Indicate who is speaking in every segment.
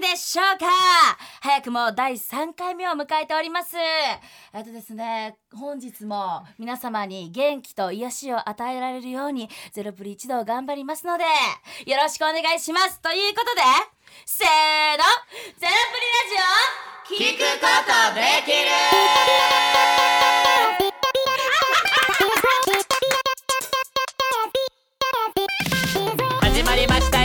Speaker 1: でしょうか早くも第3回目を迎えておりますえっとですね本日も皆様に元気と癒しを与えられるようにゼロプリ一同頑張りますのでよろしくお願いしますということでせーのゼロプリラジオ聞くことできる
Speaker 2: 始まりましたよ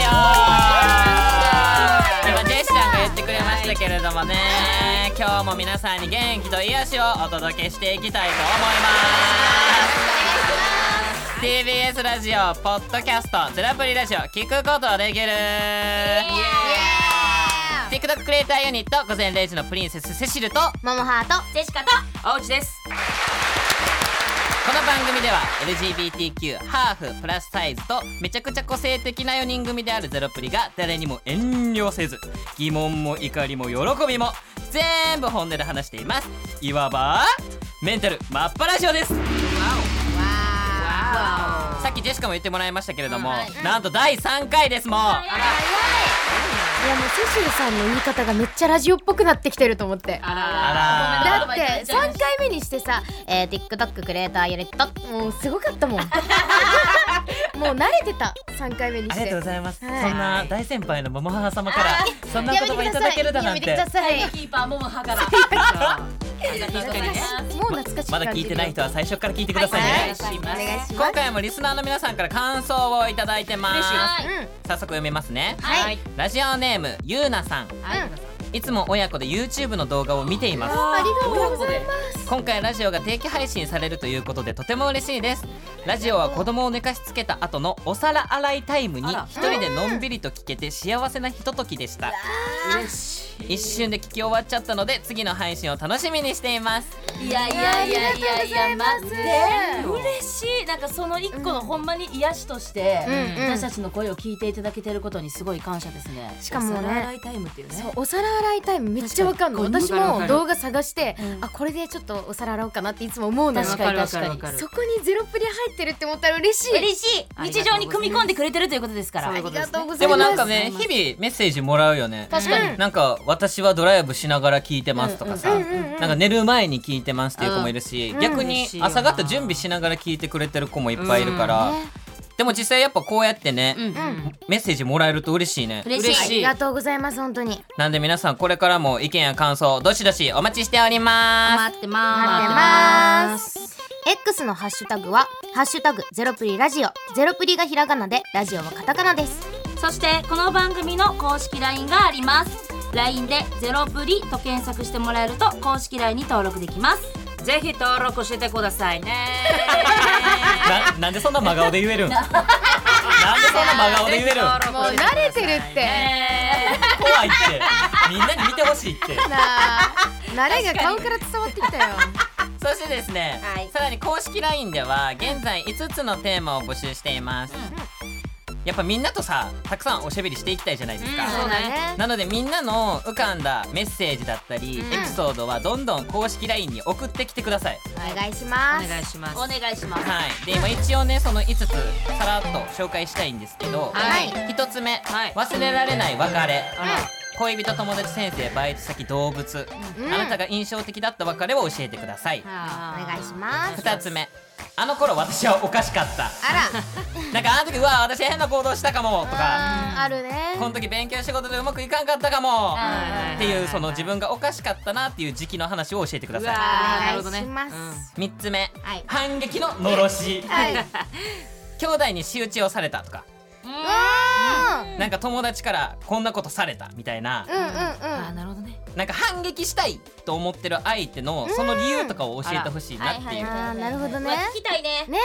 Speaker 2: 今ジェシさんが言ってくれましたけれどもね今日も皆さんに元気と癒しをお届けしていきたいと思います TBS ラジオポッドキャストゼラプリラジオ聞くことできる TikTok クリエイターユニット午前0時のプリンセスセシルと
Speaker 3: モモハート
Speaker 1: ジェシカとおうちです
Speaker 2: この番組では LGBTQ ハーフプラスサイズとめちゃくちゃ個性的な4人組であるゼロプリが誰にも遠慮せず疑問も怒りも喜びも全部本音で話していますいわばメンタルマッパラジオですさっきジェシカも言ってもらいましたけれども、
Speaker 1: うんはい
Speaker 2: なんと第3回ですもう
Speaker 3: いやもうセシルさんの言い方がめっちゃラジオっぽくなってきてると思って
Speaker 2: あ
Speaker 3: だって3回目にしてさ、えー、TikTok クリエイターユニットもうすごか ったもんもう慣れてた3回目に
Speaker 2: あ
Speaker 3: し
Speaker 2: りがとう
Speaker 3: て
Speaker 2: ございます、
Speaker 3: はい
Speaker 2: そんな大先輩の桃母様からそんなお
Speaker 3: や
Speaker 2: 言
Speaker 3: めて
Speaker 2: 葉いた
Speaker 3: くださ
Speaker 2: だ
Speaker 3: い
Speaker 2: けるだ
Speaker 3: や
Speaker 2: なん
Speaker 3: め
Speaker 2: て
Speaker 3: てください
Speaker 1: キーパーももはから
Speaker 3: もう懐かしく
Speaker 2: まだ
Speaker 3: 感
Speaker 2: 聞い
Speaker 3: じ
Speaker 2: て
Speaker 3: る
Speaker 2: ない人は最初から聞いてくださいね、
Speaker 3: はい
Speaker 1: お
Speaker 3: お願いします
Speaker 2: 今回もリスナーの皆さんから感想をいただいてます
Speaker 1: はい
Speaker 3: うん
Speaker 2: 早速読みますね
Speaker 3: はい
Speaker 2: ラジオネームゆうなさん
Speaker 3: うん
Speaker 2: いつも親子で YouTube の動画を見ています
Speaker 3: ありがとうございます
Speaker 2: 今回ラジオが定期配信されるということでとても嬉しいですラジオは子供を寝かしつけた後のお皿洗いタイムに
Speaker 1: あら
Speaker 2: 一人でのんびりと聞けて幸せなひとときでした
Speaker 1: 嬉し
Speaker 2: 一瞬で聞き終わっちゃったので次の配信を楽しみにしています
Speaker 1: いいやいやいやいやいや待って
Speaker 3: ありがとうご
Speaker 1: 嬉しいなんかその一個のほんまに癒しとして
Speaker 3: うんうん
Speaker 1: 私たちの声を聞いていただけてることにすごい感謝ですね
Speaker 3: しか
Speaker 1: お
Speaker 3: もね
Speaker 1: 皿洗いタイムっていうね
Speaker 3: そうお皿洗いタイムめっちゃわかんの
Speaker 1: 確かに
Speaker 3: 私
Speaker 1: わかるわか
Speaker 3: も
Speaker 1: る
Speaker 3: 動画探して、
Speaker 1: うん
Speaker 3: あこれでちょっとお皿洗おうかなっていつも思うのよ
Speaker 1: 確かに
Speaker 4: わ
Speaker 1: 確
Speaker 4: かるわか
Speaker 1: か
Speaker 4: る
Speaker 1: に
Speaker 4: に
Speaker 3: そこにゼロプリ入ってるって思ったら嬉しい
Speaker 1: 嬉しい日常に組み込んでくれてるということですから
Speaker 4: そういう
Speaker 3: あ
Speaker 4: こ
Speaker 3: りがとうござ
Speaker 2: で
Speaker 3: いま
Speaker 2: も
Speaker 3: す
Speaker 2: なんかね日々メッセージもらうよね
Speaker 1: 確かに
Speaker 3: うん
Speaker 2: なんか私はドライブしながら聞いてますとかさ、
Speaker 3: うんうんうんうん
Speaker 2: なんか寝る前に聞いてますっていう子もいるし、
Speaker 3: ん
Speaker 2: 逆
Speaker 4: 嬉
Speaker 2: に
Speaker 4: しいよな
Speaker 2: 朝方準備しながら聞いてくれてる子もいっぱいいるから、
Speaker 3: ね
Speaker 2: でも実際やっぱこうやってね、
Speaker 4: うんうん
Speaker 2: メッセージもらえると嬉しいね
Speaker 1: 嬉
Speaker 4: 嬉
Speaker 3: あ
Speaker 1: し
Speaker 4: し
Speaker 1: い
Speaker 3: りがとうございます本当に
Speaker 2: なんで皆さんこれからも意見や感想どしどしお待ちしており ます
Speaker 1: 待って
Speaker 3: 待っ
Speaker 1: ま
Speaker 3: てます X のハッシュタグはハッシュタグゼロプリラジオゼロプリがひらがなでラジオはカタカナです
Speaker 1: そしてこの番組の公式 LINE があります LINE で「ゼロプリ」と検索してもらえると公式 LINE に登録できます
Speaker 4: ぜひ登録してくださいね。
Speaker 2: ななんでそんな真顔で言えるん なんでそんな真顔で言えるん
Speaker 4: もう慣れてるって。
Speaker 2: 怖いってみんなに見てほしいって
Speaker 3: 慣れが顔から伝わってきたよ
Speaker 2: そしてですね、
Speaker 1: はい
Speaker 2: さらに公式 LINE では現在5つのテーマを募集しています、やっぱみんなとさたくさんおしゃべりしていきたいじゃないですか、
Speaker 4: う ん
Speaker 3: そうだね
Speaker 2: なのでみんなの浮かんだメッセージだったり、エピソードはどんどん公式 LINE に送ってきてください、
Speaker 3: お願いします
Speaker 4: お願いします。
Speaker 1: お願いします
Speaker 2: はいで今一応ねその5つさらっと紹介したいんですけど、
Speaker 4: はい
Speaker 2: 1つ目、
Speaker 4: はい
Speaker 2: 忘れられない別れ、
Speaker 4: あら
Speaker 2: 恋人友達先生バイト先動物、
Speaker 3: うん
Speaker 2: あなたが印象的だった別れを教えてください、
Speaker 4: あー
Speaker 3: お願いします
Speaker 2: 2つ目あの頃私はおかしかった
Speaker 3: あら
Speaker 2: なんかあの時うわ私変な行動したかもとか
Speaker 3: あーあるね
Speaker 2: この時勉強仕事でうまくいかんかったかも
Speaker 4: はい
Speaker 2: っていうその自分がおかしかったなっていう時期の話を教えてくだ
Speaker 4: う
Speaker 2: さ
Speaker 4: わーなる
Speaker 3: お
Speaker 4: ほど
Speaker 3: 願い
Speaker 4: ね。
Speaker 3: します、
Speaker 2: い3つ目
Speaker 3: はい
Speaker 2: 反撃ののろし
Speaker 3: はい、うん
Speaker 2: 兄弟に仕打ちをされたとかなんか友達からこんなことされたみたいな
Speaker 3: うんうん
Speaker 4: あ
Speaker 3: う
Speaker 4: ー
Speaker 3: ん
Speaker 4: なるほどね。
Speaker 2: なんか反撃したいと思ってる相手のその理由とかを教えてほしいなっていう
Speaker 3: あーなるほどね
Speaker 1: うわ聞きたいね
Speaker 3: ね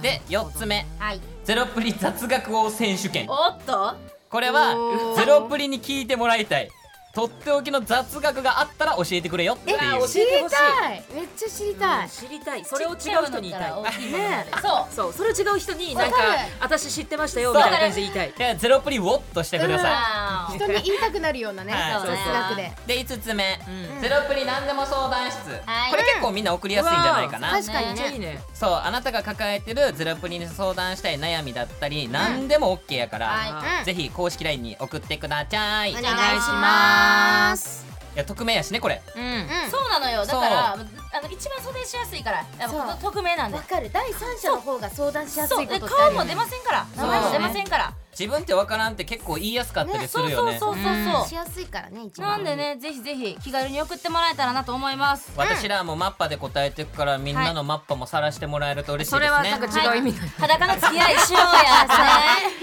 Speaker 2: で4つ目
Speaker 1: はい
Speaker 2: ゼロプリ雑学王選手権
Speaker 1: おっと
Speaker 2: これ
Speaker 3: お
Speaker 2: は
Speaker 3: ー
Speaker 2: ゼロプリに聞いてもらいたいとっておきの雑学があったら教えてくれよっていう
Speaker 4: あ教
Speaker 3: 知
Speaker 4: え
Speaker 3: り
Speaker 4: てほしい
Speaker 3: たいめっちゃ知りたい、
Speaker 4: 知りたいそれを違う人
Speaker 1: ちっ
Speaker 4: に言いたい
Speaker 1: ちゃのから大きいものまでそう
Speaker 4: そうそれを違う人になんか
Speaker 3: わかる
Speaker 4: 私知ってましたよ
Speaker 2: そう
Speaker 4: みたいな感じで言いたい
Speaker 2: いやゼロプリウォッとしてくださ
Speaker 1: あー
Speaker 3: 人に言いたくなるようなね
Speaker 2: はい
Speaker 3: 雑学で
Speaker 2: い。で5つ目、
Speaker 4: うん
Speaker 2: ゼロプリ何でも相談室、
Speaker 1: はい
Speaker 2: これ結構みんな送りやすいんじゃないかな
Speaker 3: 確かに
Speaker 4: めっちゃい
Speaker 3: ね
Speaker 4: いね
Speaker 2: そうあなたが抱えてるゼロプリに相談したい悩みだったり、何でも OK やから、
Speaker 1: は
Speaker 2: ぜひ公式 LINE に送ってください、
Speaker 3: お
Speaker 2: い
Speaker 3: 願いします
Speaker 2: や匿名やしねこれ
Speaker 4: うん
Speaker 3: うん
Speaker 1: そうなのよだからあの一番相談しやすいからやっぱ
Speaker 3: そう
Speaker 1: この匿名なんで
Speaker 3: わかる第三者の方が相談しやす
Speaker 1: そう
Speaker 3: いこ
Speaker 1: で
Speaker 3: とってあ
Speaker 1: 顔
Speaker 3: るよ
Speaker 1: も
Speaker 3: ね
Speaker 1: 出ませんから
Speaker 2: そ
Speaker 1: 名
Speaker 2: う
Speaker 1: 前も出ませんから
Speaker 2: 自分ってわからんって結構言いやすかったりす
Speaker 1: そうそ
Speaker 2: るよ
Speaker 1: う
Speaker 2: ね
Speaker 1: そうそうそう
Speaker 3: しやすいからね一
Speaker 1: なんで
Speaker 3: 番
Speaker 1: ねぜひぜひ気軽に送ってもらえたらなと思います
Speaker 2: 私らもマッパで答えてくからみんなのマッパも晒してもらえると嬉しい
Speaker 4: そ
Speaker 2: で
Speaker 4: れ
Speaker 2: す
Speaker 4: は
Speaker 2: ね、
Speaker 4: なんか違う意味だ
Speaker 1: 裸の付き合いしようやね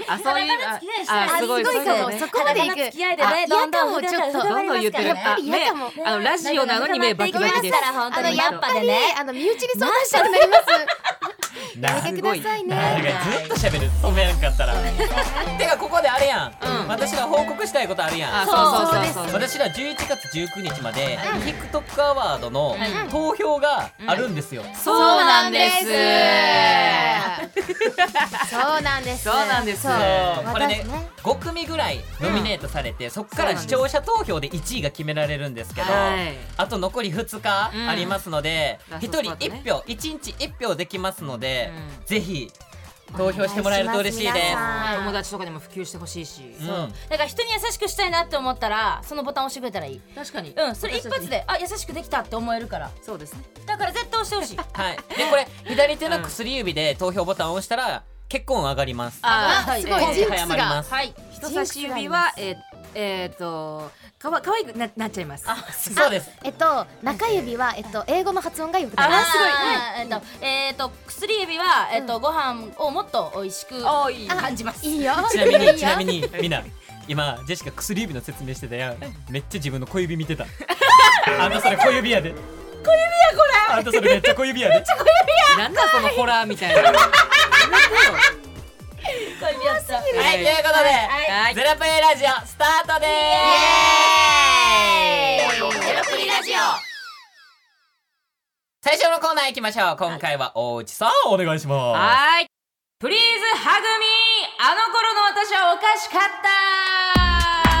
Speaker 4: あそういう
Speaker 1: 裸の付き合いしよう
Speaker 4: あ
Speaker 1: や
Speaker 4: あすごい
Speaker 3: すごいかも
Speaker 4: ね
Speaker 3: そこまで
Speaker 1: 裸
Speaker 3: 行
Speaker 1: の
Speaker 3: く
Speaker 1: 付き合いでねどんどん
Speaker 3: あ嫌かもちょっ
Speaker 1: 深
Speaker 3: と
Speaker 1: ま
Speaker 4: どんどん言ってる
Speaker 1: 深まりますから
Speaker 3: やっぱり嫌かも
Speaker 4: ねあのラジオなのに目バキバキです
Speaker 1: だから本当
Speaker 3: あ
Speaker 1: に
Speaker 3: のやっぱりねあの身内に相談したくなりますやめてくださいね
Speaker 2: なんかずっと喋る止めなかったらてかここであれやん、
Speaker 4: うん
Speaker 2: 私ら報告したいことあるや
Speaker 4: あ
Speaker 2: ん
Speaker 4: そうそう
Speaker 1: そ
Speaker 4: そううそう
Speaker 2: 私ら11月19日まで TikTok アワードの投票があるんですよ、
Speaker 4: そうなんです
Speaker 3: そうなんです
Speaker 4: そうなんです
Speaker 3: そう
Speaker 2: これね
Speaker 3: 私ね
Speaker 2: 5組ぐらいノミネートされて、そこから視聴者投票で1位が決められるんですけど、
Speaker 4: はい
Speaker 2: あと残り2日
Speaker 4: うん
Speaker 2: ありますので、
Speaker 4: ラス
Speaker 2: 一
Speaker 4: トスパ
Speaker 2: 人
Speaker 4: ートね
Speaker 2: 1票1日1票できますので、
Speaker 4: う
Speaker 2: ぜひ投票してもらえると嬉しいです
Speaker 3: お願します皆さん
Speaker 4: 友達とかにも普及してほしいし
Speaker 2: うん
Speaker 1: だから人に優しくしたいなって思ったらそのボタン押してくれたらいい
Speaker 4: 確かに
Speaker 1: うんそれ一発であ優しくできたって思えるから
Speaker 4: そうですね
Speaker 1: だから絶対押してほしい
Speaker 2: はい、でこ れ左手の薬指で投票ボタンを押したら結婚上がります
Speaker 4: あ
Speaker 3: あすごい
Speaker 2: はい
Speaker 3: ジンク
Speaker 2: 早
Speaker 3: ス
Speaker 2: まりま
Speaker 3: が
Speaker 2: す
Speaker 1: はい
Speaker 4: 人差し指はえーえーとかわ可愛くななっちゃいます
Speaker 2: そうです
Speaker 3: えっと中指はえっと英語の発音がよくな
Speaker 4: あ
Speaker 3: い
Speaker 4: ーすごい
Speaker 1: あーえっとえっと薬指はえっとご飯をもっと美味しく
Speaker 4: おい
Speaker 1: 感じます
Speaker 3: いいよ
Speaker 2: ちなみ
Speaker 3: いい よ
Speaker 2: にちなみにみんな今ジェシカ薬指の説明してたやんめっちゃ自分の小指見てた あんたそれ小指やで小指やこれあんたそれめっちゃ小 指やで
Speaker 4: なんだそのホラーみたいなやめてよ
Speaker 2: はいということで、
Speaker 4: はい
Speaker 2: ゼロプリラジオスタートでー
Speaker 1: イ
Speaker 2: す
Speaker 1: エーイゼロプリラジオ
Speaker 2: 最初のコーナー行きましょう今回は大内さんお願いしま
Speaker 4: はーいプリーズハグミーあの頃の私はおかしかった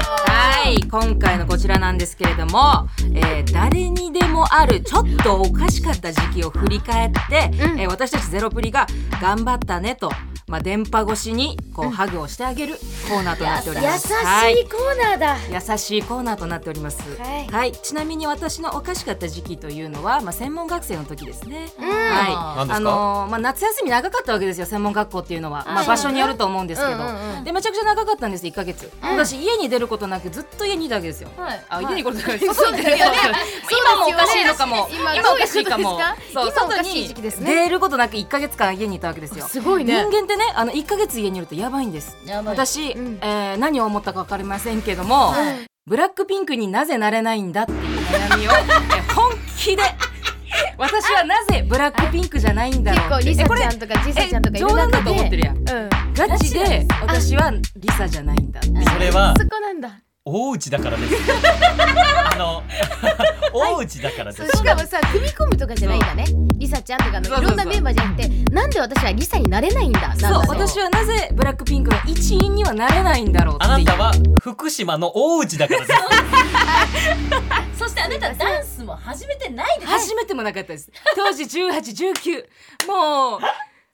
Speaker 4: はい今回のこちらなんですけれども、えー誰にでもあるちょっとおかしかった時期を振り返って、
Speaker 3: うん
Speaker 4: えー私たちゼロプリが頑張ったねと、まあ、電波越しにこう、ハグをしてあげるコーナーとなっており
Speaker 3: 優
Speaker 4: ます。は
Speaker 3: しいコーナーだ
Speaker 4: 優しいコーナーとなっております、
Speaker 3: は
Speaker 4: はいいちなみに私のおかしかった時期というのは、まあ、専門学生の時です
Speaker 2: 何
Speaker 3: ん
Speaker 4: ね、はい
Speaker 2: ですか
Speaker 4: あのーまあ、夏休み長かったわけですよ専門学校っていうのは、まあ、場所によると思うんですけど、
Speaker 3: うんうんうん
Speaker 4: でめちゃくちゃ長かったんです1ヶ月、私家に出ることなくずっと家にいたわけですよ、
Speaker 1: はい
Speaker 4: あ
Speaker 1: はい
Speaker 4: 家にいることなく外に出ることなく今もおかしいのかも
Speaker 3: 今
Speaker 4: 今おかしいか
Speaker 3: ど
Speaker 4: も
Speaker 3: ういうことですか
Speaker 4: そう
Speaker 3: 今お
Speaker 4: 外
Speaker 3: かしい
Speaker 4: に
Speaker 3: 時期ですね
Speaker 4: 出ることなく1ヶ月間家にいたわけですよ
Speaker 3: すごいね
Speaker 4: 人間ってねあの1ヶ月家にいるとやばいんです
Speaker 1: やばい
Speaker 4: 私、
Speaker 3: うん
Speaker 4: えー何を思ったか分かりませんけども、
Speaker 1: はい
Speaker 4: ブラックピンクになぜなれないんだっていう悩 みをえー本気で私はなぜブラックピンクじゃないんだ
Speaker 3: 結
Speaker 4: ろう
Speaker 3: 構
Speaker 4: って
Speaker 3: リ
Speaker 4: え
Speaker 3: サ
Speaker 4: こ
Speaker 3: ち
Speaker 4: れ
Speaker 3: ゃんとかジサちゃんとかいる
Speaker 4: え冗談
Speaker 3: 中
Speaker 4: だ
Speaker 3: で
Speaker 4: と思ってるやん
Speaker 3: うん
Speaker 4: ガチで私はリサじゃないんだって
Speaker 2: すそれは
Speaker 3: そこなんだ
Speaker 2: 大内だ からですあの大内だからで
Speaker 3: そう
Speaker 2: す
Speaker 3: しかもさ組み込むとかじゃないんだねリサちゃんとか
Speaker 4: そう
Speaker 3: の
Speaker 4: そう
Speaker 3: い
Speaker 4: そう
Speaker 3: ろんなメンバーじゃなくてなんで私はリサになれないんだなんだ
Speaker 4: そう
Speaker 3: ね
Speaker 4: 私はなぜブラックピンクの一員にはなれないんだろうっていう
Speaker 2: あなたは福島の大内だからです
Speaker 1: そしてあなたダンスも始めてないです
Speaker 4: 初めてもなかったです当時1819もう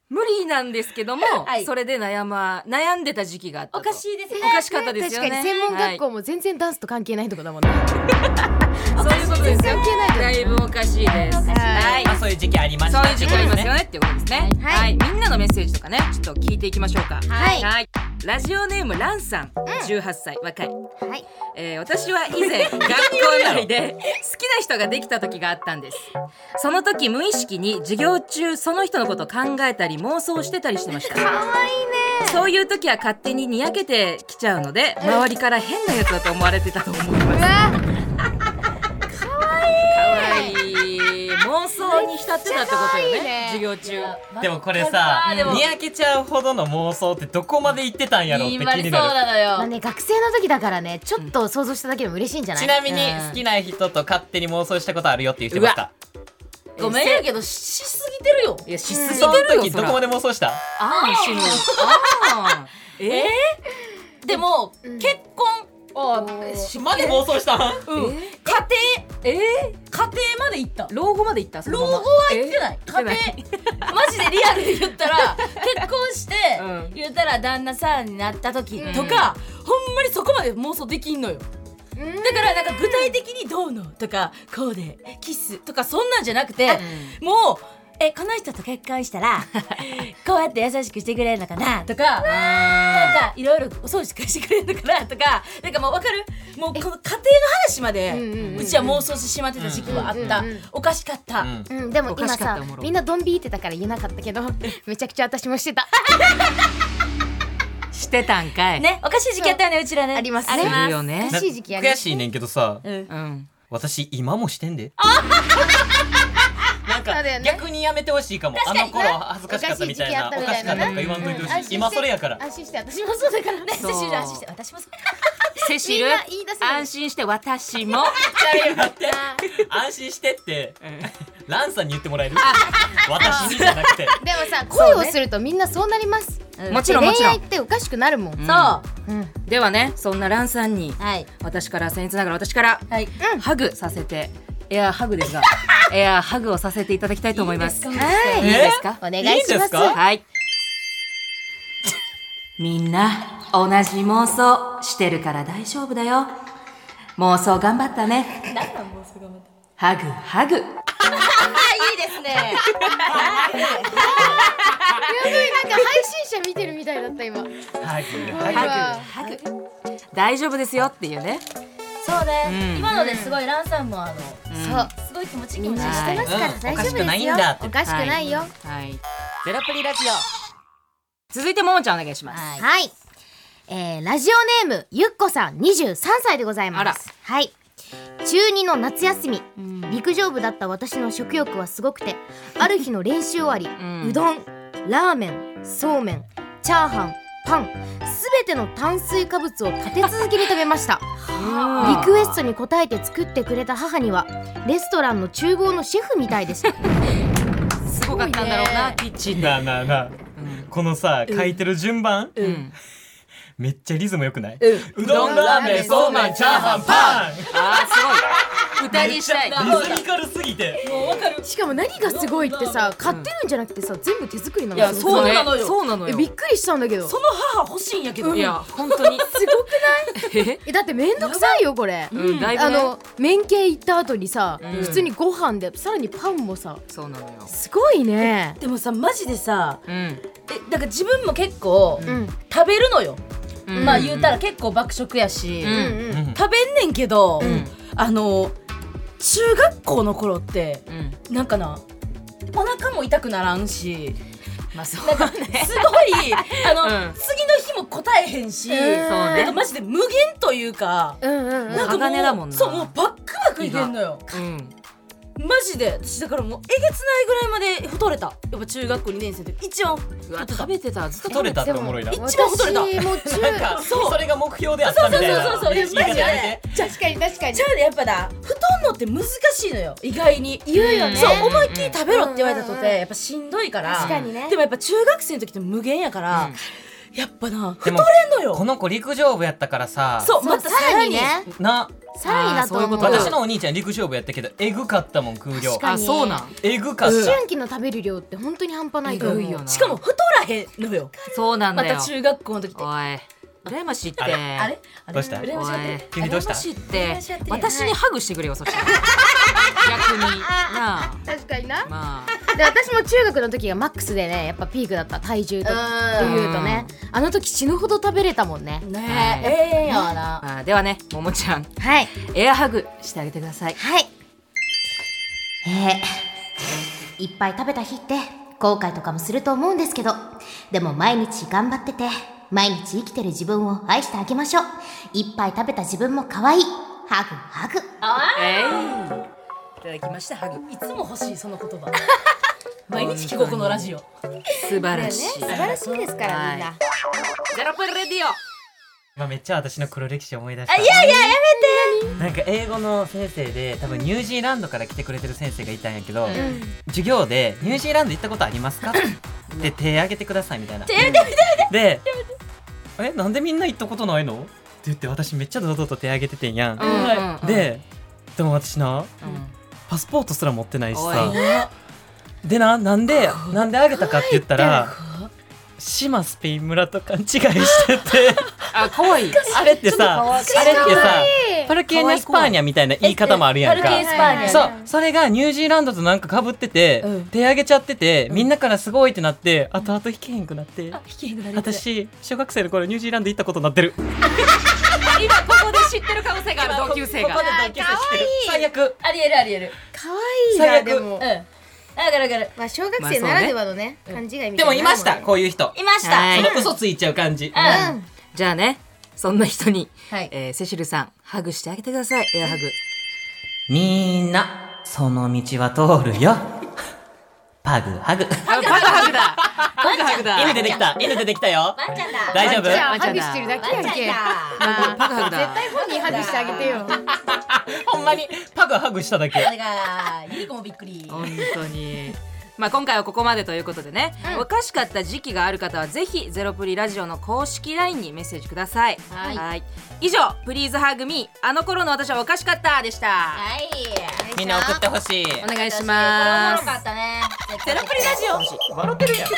Speaker 4: 無理なんですけども、
Speaker 1: はい
Speaker 4: それで悩,、ま、悩んでた時期があったと
Speaker 1: おかしいですね
Speaker 4: おかしかったですよね
Speaker 3: 確かに専門学校も全然ダンスと関係ないとこだもんね、
Speaker 4: はいそういうことですよ
Speaker 3: 関係ないと思う
Speaker 4: だいぶおかしいですはい
Speaker 2: まあそういう時期ありました
Speaker 4: そういう時期あります
Speaker 2: ね
Speaker 4: よねっていうことですね
Speaker 3: はい
Speaker 4: はい、みんなのメッセージとかねちょっと聞いていきましょうか
Speaker 3: はい
Speaker 4: ラジオネームランさん、18歳若い
Speaker 3: はい
Speaker 4: えー私は以前学校内で好きな人ができた時があったんですその時無意識に授業中その人のことを考えたり妄想してたりしてました
Speaker 3: かわいいね
Speaker 4: そういう時は勝手ににやけてきちゃうので周りから変なやつだと思われてたと思います
Speaker 3: うわ
Speaker 4: かわいい妄想想に浸ってたってことよね授業中
Speaker 2: でもこれさ
Speaker 1: でも
Speaker 2: にやけちゃうほどの妄想ってどこまで行ってたんやろって気
Speaker 1: 言いまりそ
Speaker 2: に
Speaker 1: う
Speaker 2: なる
Speaker 1: なのよ、
Speaker 3: まあね学生の時だからねちょっと想像しただけでも嬉しいんじゃない
Speaker 2: ちなみに
Speaker 4: うん
Speaker 2: 好きな人と勝手に妄想したことあるよっていう人いますか
Speaker 1: ごめんやけどししすぎてるよ
Speaker 4: いやしすぎ
Speaker 2: その
Speaker 4: てる
Speaker 2: 時
Speaker 4: よ
Speaker 2: どこまで妄想した
Speaker 4: あんしの あんえ
Speaker 1: でも、
Speaker 3: うん
Speaker 1: 結婚
Speaker 4: あ
Speaker 2: まで妄想したん
Speaker 1: うん家
Speaker 4: えー
Speaker 1: 庭家庭まで行った
Speaker 4: 老後まで行ったそ
Speaker 1: 老
Speaker 4: のまま
Speaker 1: 後は行ってない
Speaker 4: え
Speaker 1: 家庭マジでリアルで言ったら結婚して、
Speaker 4: うん
Speaker 1: 言ったら旦那さんになった時
Speaker 3: うん
Speaker 1: とか、ほんまにそこまで妄想できんのよ
Speaker 3: うん
Speaker 1: だからなんか具体的にどうのとかこうでキスとかそんなんじゃなくて、
Speaker 4: う
Speaker 1: もうえこの人と結婚した らこうやって優しくしてくれるのかなとかなんかいろいろお掃除してくれるのかなとかなんかもう分かるもうこの家庭の話まで
Speaker 3: うんうんうん
Speaker 1: うちは妄想してしまってた時期はあった、
Speaker 3: うんうんうん
Speaker 1: おかしかった、
Speaker 2: うん
Speaker 3: うん、でも
Speaker 4: おか
Speaker 3: 今
Speaker 4: しかった
Speaker 3: さ
Speaker 4: おもろ
Speaker 3: みんなドン引いてたから言えなかったけどめちゃくちゃ私もしてた
Speaker 4: んしてたんかい
Speaker 1: ねおかしい時期あったよねうちらね
Speaker 3: ありますね
Speaker 1: あり
Speaker 4: す
Speaker 1: ま
Speaker 4: る
Speaker 1: す
Speaker 4: よね
Speaker 3: 嬉しい時期あり
Speaker 2: 悔しいねんけどさ
Speaker 1: うん
Speaker 4: うん
Speaker 2: 私今もしてんで なん
Speaker 3: そうだ
Speaker 2: か
Speaker 3: よね
Speaker 2: 逆にやめてほしいかもあの頃恥ずかしかったみたいな
Speaker 3: おかし
Speaker 2: おか
Speaker 3: い時期
Speaker 2: しかったとか言
Speaker 3: あったみたいな
Speaker 2: わんといてほし
Speaker 3: 安心し
Speaker 2: い
Speaker 3: て
Speaker 2: 今それやから
Speaker 3: 安心して私もそうだからね
Speaker 1: セシル安心して私もそう
Speaker 4: セシル
Speaker 3: みんな言い出せない
Speaker 4: 安心して私も
Speaker 2: 安心してって ランさんに言ってもらえる私にじゃなくて
Speaker 3: でもさ恋をするとみんなそうなります、
Speaker 1: うん
Speaker 4: もちろんもち
Speaker 3: 恋
Speaker 4: ろ
Speaker 3: 愛
Speaker 4: ん
Speaker 3: っておかしくなるもん、
Speaker 4: ん
Speaker 1: そう
Speaker 3: うん
Speaker 4: ではねそんなランさんに
Speaker 1: はい
Speaker 4: 私から僭越ながら私から
Speaker 1: はい
Speaker 4: ハグさせてエアハグです がエアハグをさせていただきたいと思います
Speaker 3: はい
Speaker 4: いいですか
Speaker 3: お願いし
Speaker 2: いいんで
Speaker 3: ますす
Speaker 2: か
Speaker 4: はいみんな同じ妄想してるから大丈夫だよ妄想頑張ったねハグハ
Speaker 1: いい
Speaker 4: グ
Speaker 1: ですね
Speaker 3: なんか配信者見てるみたいだった今
Speaker 2: はい
Speaker 3: い
Speaker 2: は
Speaker 3: はいい
Speaker 4: ハグ大丈夫ですよっていうね
Speaker 1: そうね、
Speaker 4: うん
Speaker 1: 今のですごいランさんもあの
Speaker 3: そう
Speaker 1: すごい気持ちいい
Speaker 3: み
Speaker 1: 気持
Speaker 3: ん
Speaker 1: ちいい
Speaker 3: なしてますから
Speaker 2: うん
Speaker 3: 大丈夫
Speaker 2: お
Speaker 3: です
Speaker 2: かしくないん
Speaker 3: よ
Speaker 2: だって
Speaker 3: おかしくないよ
Speaker 4: はいゼロプリラジオ続いてももちゃんお願いします
Speaker 1: はい
Speaker 3: はい、えーラジオネームゆっこさん23歳でござい
Speaker 4: あら
Speaker 3: ますはい中二の夏休み陸上部だった私の食欲はすごくてある日の練習終 わり、うんどんラーメンそうめんチャーハンパンすべての炭水化物を立て続けに食べました
Speaker 4: は
Speaker 3: リクエストに応えて作ってくれた母にはレストランの厨房のシェフみたいで した
Speaker 4: すごかったんだろう
Speaker 1: すごい
Speaker 4: な
Speaker 1: ね
Speaker 4: キッチンで
Speaker 2: なあなあなあこのさ書いてる順番
Speaker 4: うん
Speaker 2: めっちゃリズム良くない
Speaker 4: うん
Speaker 2: うどんラーメンそうめんチャーハンパン
Speaker 4: あーすごい歌にしたい
Speaker 2: リズミカルすぎて
Speaker 3: しかも何がすごいってさ買ってるんじゃなくてさ全部手作りなの
Speaker 4: いや
Speaker 1: そ
Speaker 4: そうう
Speaker 1: な
Speaker 4: な
Speaker 1: の
Speaker 4: の
Speaker 1: よ
Speaker 4: よそうなの
Speaker 3: え
Speaker 4: よ
Speaker 3: びっくりしたんだけど
Speaker 1: その母欲しいんやけど
Speaker 4: いや本当に
Speaker 3: すごくないえだってめんどくさいよこれ、
Speaker 4: うんだいぶ
Speaker 3: あ
Speaker 4: ね
Speaker 3: の麺系行った後にさ、
Speaker 4: ん
Speaker 3: 普通にご飯でさらにパンもさ
Speaker 4: そうなのよ
Speaker 3: すごいね
Speaker 1: でもさマジでさ
Speaker 4: うん
Speaker 1: えだから自分も結構
Speaker 3: うん
Speaker 1: 食べるのよ、
Speaker 4: うん
Speaker 1: まあ言うたら結構爆食やし、
Speaker 4: うん
Speaker 3: うんうん
Speaker 1: 食べんねんけど、
Speaker 4: ん
Speaker 1: あの中学校の頃って
Speaker 4: うん
Speaker 1: なんかなお腹も痛くならんし
Speaker 4: まあそう
Speaker 1: なんかすごいあの、
Speaker 4: うん
Speaker 1: 次の日も答えへんし、
Speaker 3: うん
Speaker 4: そう
Speaker 1: なん
Speaker 4: ね
Speaker 1: かマジで無限というか、
Speaker 3: うんうんうん
Speaker 1: なんかもう
Speaker 4: 鋼だもんな
Speaker 1: そうもうバックバックいけんのよ
Speaker 4: うん
Speaker 1: マジで私だからもうえげつないぐらいまで太れたやっぱ中学校2年生で一番
Speaker 4: うわ食べてたずっと
Speaker 2: 取れたっておもろいな
Speaker 1: で一番太れた
Speaker 3: 私も中
Speaker 2: なんかそれが目標であったみたいな
Speaker 1: そうそうそうそうそう
Speaker 2: 言い方やめて
Speaker 3: 確かに確かに
Speaker 1: じゃあねやっぱな太んのって難しいのよ意外に
Speaker 3: 言うよね
Speaker 1: そう思いっきり食べろって言われたと
Speaker 3: うん
Speaker 1: て
Speaker 3: うんうん
Speaker 1: やっぱしんどいから
Speaker 3: 確かにね
Speaker 1: でもやっぱ中学生の時って無限やからやっぱな太
Speaker 2: で
Speaker 1: れんの
Speaker 2: もこ
Speaker 1: よ
Speaker 2: の子陸上部やったからさ
Speaker 1: そう
Speaker 3: そ
Speaker 1: ま
Speaker 3: う
Speaker 1: た
Speaker 3: さ
Speaker 1: さ
Speaker 3: ら
Speaker 1: ら
Speaker 3: に
Speaker 1: に
Speaker 3: ね
Speaker 2: な
Speaker 3: さらにだと思う
Speaker 4: あーそういうことだ
Speaker 2: 私のお兄ちゃん陸上部やったけどえぐかったもん空量
Speaker 3: 確かに
Speaker 4: ん
Speaker 2: えぐかっ
Speaker 3: 思
Speaker 2: た
Speaker 3: 春期の食べる量って本当に半端ないと
Speaker 4: え
Speaker 3: 思
Speaker 4: ぐ
Speaker 3: う
Speaker 4: いよな
Speaker 1: しかも太らへんのよ
Speaker 4: そうなん
Speaker 1: ま
Speaker 4: だよ
Speaker 1: た中学校の時って
Speaker 4: おい羨ましいって
Speaker 2: あれ
Speaker 1: あれあれ
Speaker 2: どうした
Speaker 1: 羨ましがってる
Speaker 4: おい
Speaker 2: 君どうした
Speaker 4: 羨ましいって
Speaker 1: 羨ましがってるよ
Speaker 4: 私にハグしてくれよそしたら逆になあ
Speaker 3: 確かにな
Speaker 4: まあ
Speaker 3: で私も中学の時がマックスでねやっぱピークだった体重と
Speaker 1: う
Speaker 3: かって
Speaker 1: ん
Speaker 3: いうとねあの時死ぬほど食べれたもんね
Speaker 1: ねえ
Speaker 4: はい
Speaker 1: ええやわな
Speaker 4: まあではねももちゃん
Speaker 3: はい
Speaker 4: エアハグしてあげてください
Speaker 3: はい。えー、いっぱい食べた日って後悔とかもすると思うんですけど、でも毎日頑張ってて、毎日生きてる自分を愛してあげましょう。いっぱい食べた自分も可愛い。ハグハグ。
Speaker 4: えいただきましたハグ
Speaker 5: いつも欲しいその言 葉毎日帰国のラジオ
Speaker 4: 素晴
Speaker 3: だよ
Speaker 4: ら
Speaker 3: ね
Speaker 4: し
Speaker 3: 素
Speaker 4: い、
Speaker 3: 晴らしいですからみんな
Speaker 4: ゼロプルレディオ
Speaker 2: 今めっちゃ私の黒歴史思い出したい
Speaker 3: や
Speaker 2: いややめてなんか英語の先生で多分ニュージーランドから来てくれてる先生がいたんやけど、授業で「ニュージーランド行ったことありますか?」って手挙げてくださいみたいな手挙げてで「えなんでみんな行ったことないの?」って言って私めっちゃ堂々と手挙げててんやん、
Speaker 4: うんうん、
Speaker 2: ででも私な
Speaker 4: うん
Speaker 2: パスポートすら持ってないしさ
Speaker 4: お
Speaker 2: でななんでなんであげたかって言ったら島スペイン村と勘違いしてて
Speaker 4: あ可愛い
Speaker 2: あれってさあれってさパルケーニャスパーニャみたいな 言い方もあるやんか
Speaker 1: パルケースパーニャ
Speaker 2: そうそれがニュージーランドとなんかかぶってて、手上げちゃっててみんなからすごいってなって、後々引けへんくなって私小学生の頃ニュージーランド行ったことになってる
Speaker 4: 今ここで知ってる可能性がある同級生
Speaker 2: ここ
Speaker 4: が
Speaker 2: で同級生してる最悪
Speaker 1: ありえるありえる
Speaker 3: 可愛いなで
Speaker 1: う
Speaker 3: も
Speaker 1: んだからだから
Speaker 3: まあ小学生ならではのね勘違いみたいな
Speaker 2: でもいましたこ
Speaker 3: う
Speaker 2: ういう人
Speaker 1: いまし
Speaker 4: は
Speaker 1: た
Speaker 4: い
Speaker 2: その嘘ついちゃう感じ、
Speaker 1: うん
Speaker 4: じゃあねそんな人に、
Speaker 1: はい
Speaker 4: えーセシルさんハグしてあげてくださいエアハグ
Speaker 2: みんなその道は通るよパグハグ
Speaker 4: あパグハグだ パグハグだ
Speaker 2: 犬出てきた犬出てきたよ
Speaker 1: ワンちゃんだ
Speaker 2: 大丈夫
Speaker 3: じゃあ
Speaker 4: ワンち
Speaker 3: ハ
Speaker 4: ゃん
Speaker 3: グ
Speaker 4: だ
Speaker 3: してるだけ
Speaker 1: ワ
Speaker 3: や
Speaker 1: ンち
Speaker 3: んけ
Speaker 1: ゃんだ
Speaker 4: あパグハグだ
Speaker 3: 本人ハグしてあげてよ
Speaker 2: ほんまにパグハグしただけ
Speaker 1: だからゆり子もびっくり
Speaker 4: 本当に。まあ今回はここまでということでね、おかしかった時期がある方はぜひゼロプリラジオの公式 LINE にメッセージください。
Speaker 1: はい
Speaker 4: 以上プリーズハグミーあの頃の私はおかしかったでした。
Speaker 1: はい
Speaker 6: みんな送ってほしい
Speaker 4: お願い
Speaker 1: これ
Speaker 4: し
Speaker 1: おも
Speaker 4: ま
Speaker 1: ろ
Speaker 4: す。
Speaker 1: かったね
Speaker 4: ゼロプリラジオ。
Speaker 2: 笑ってるやん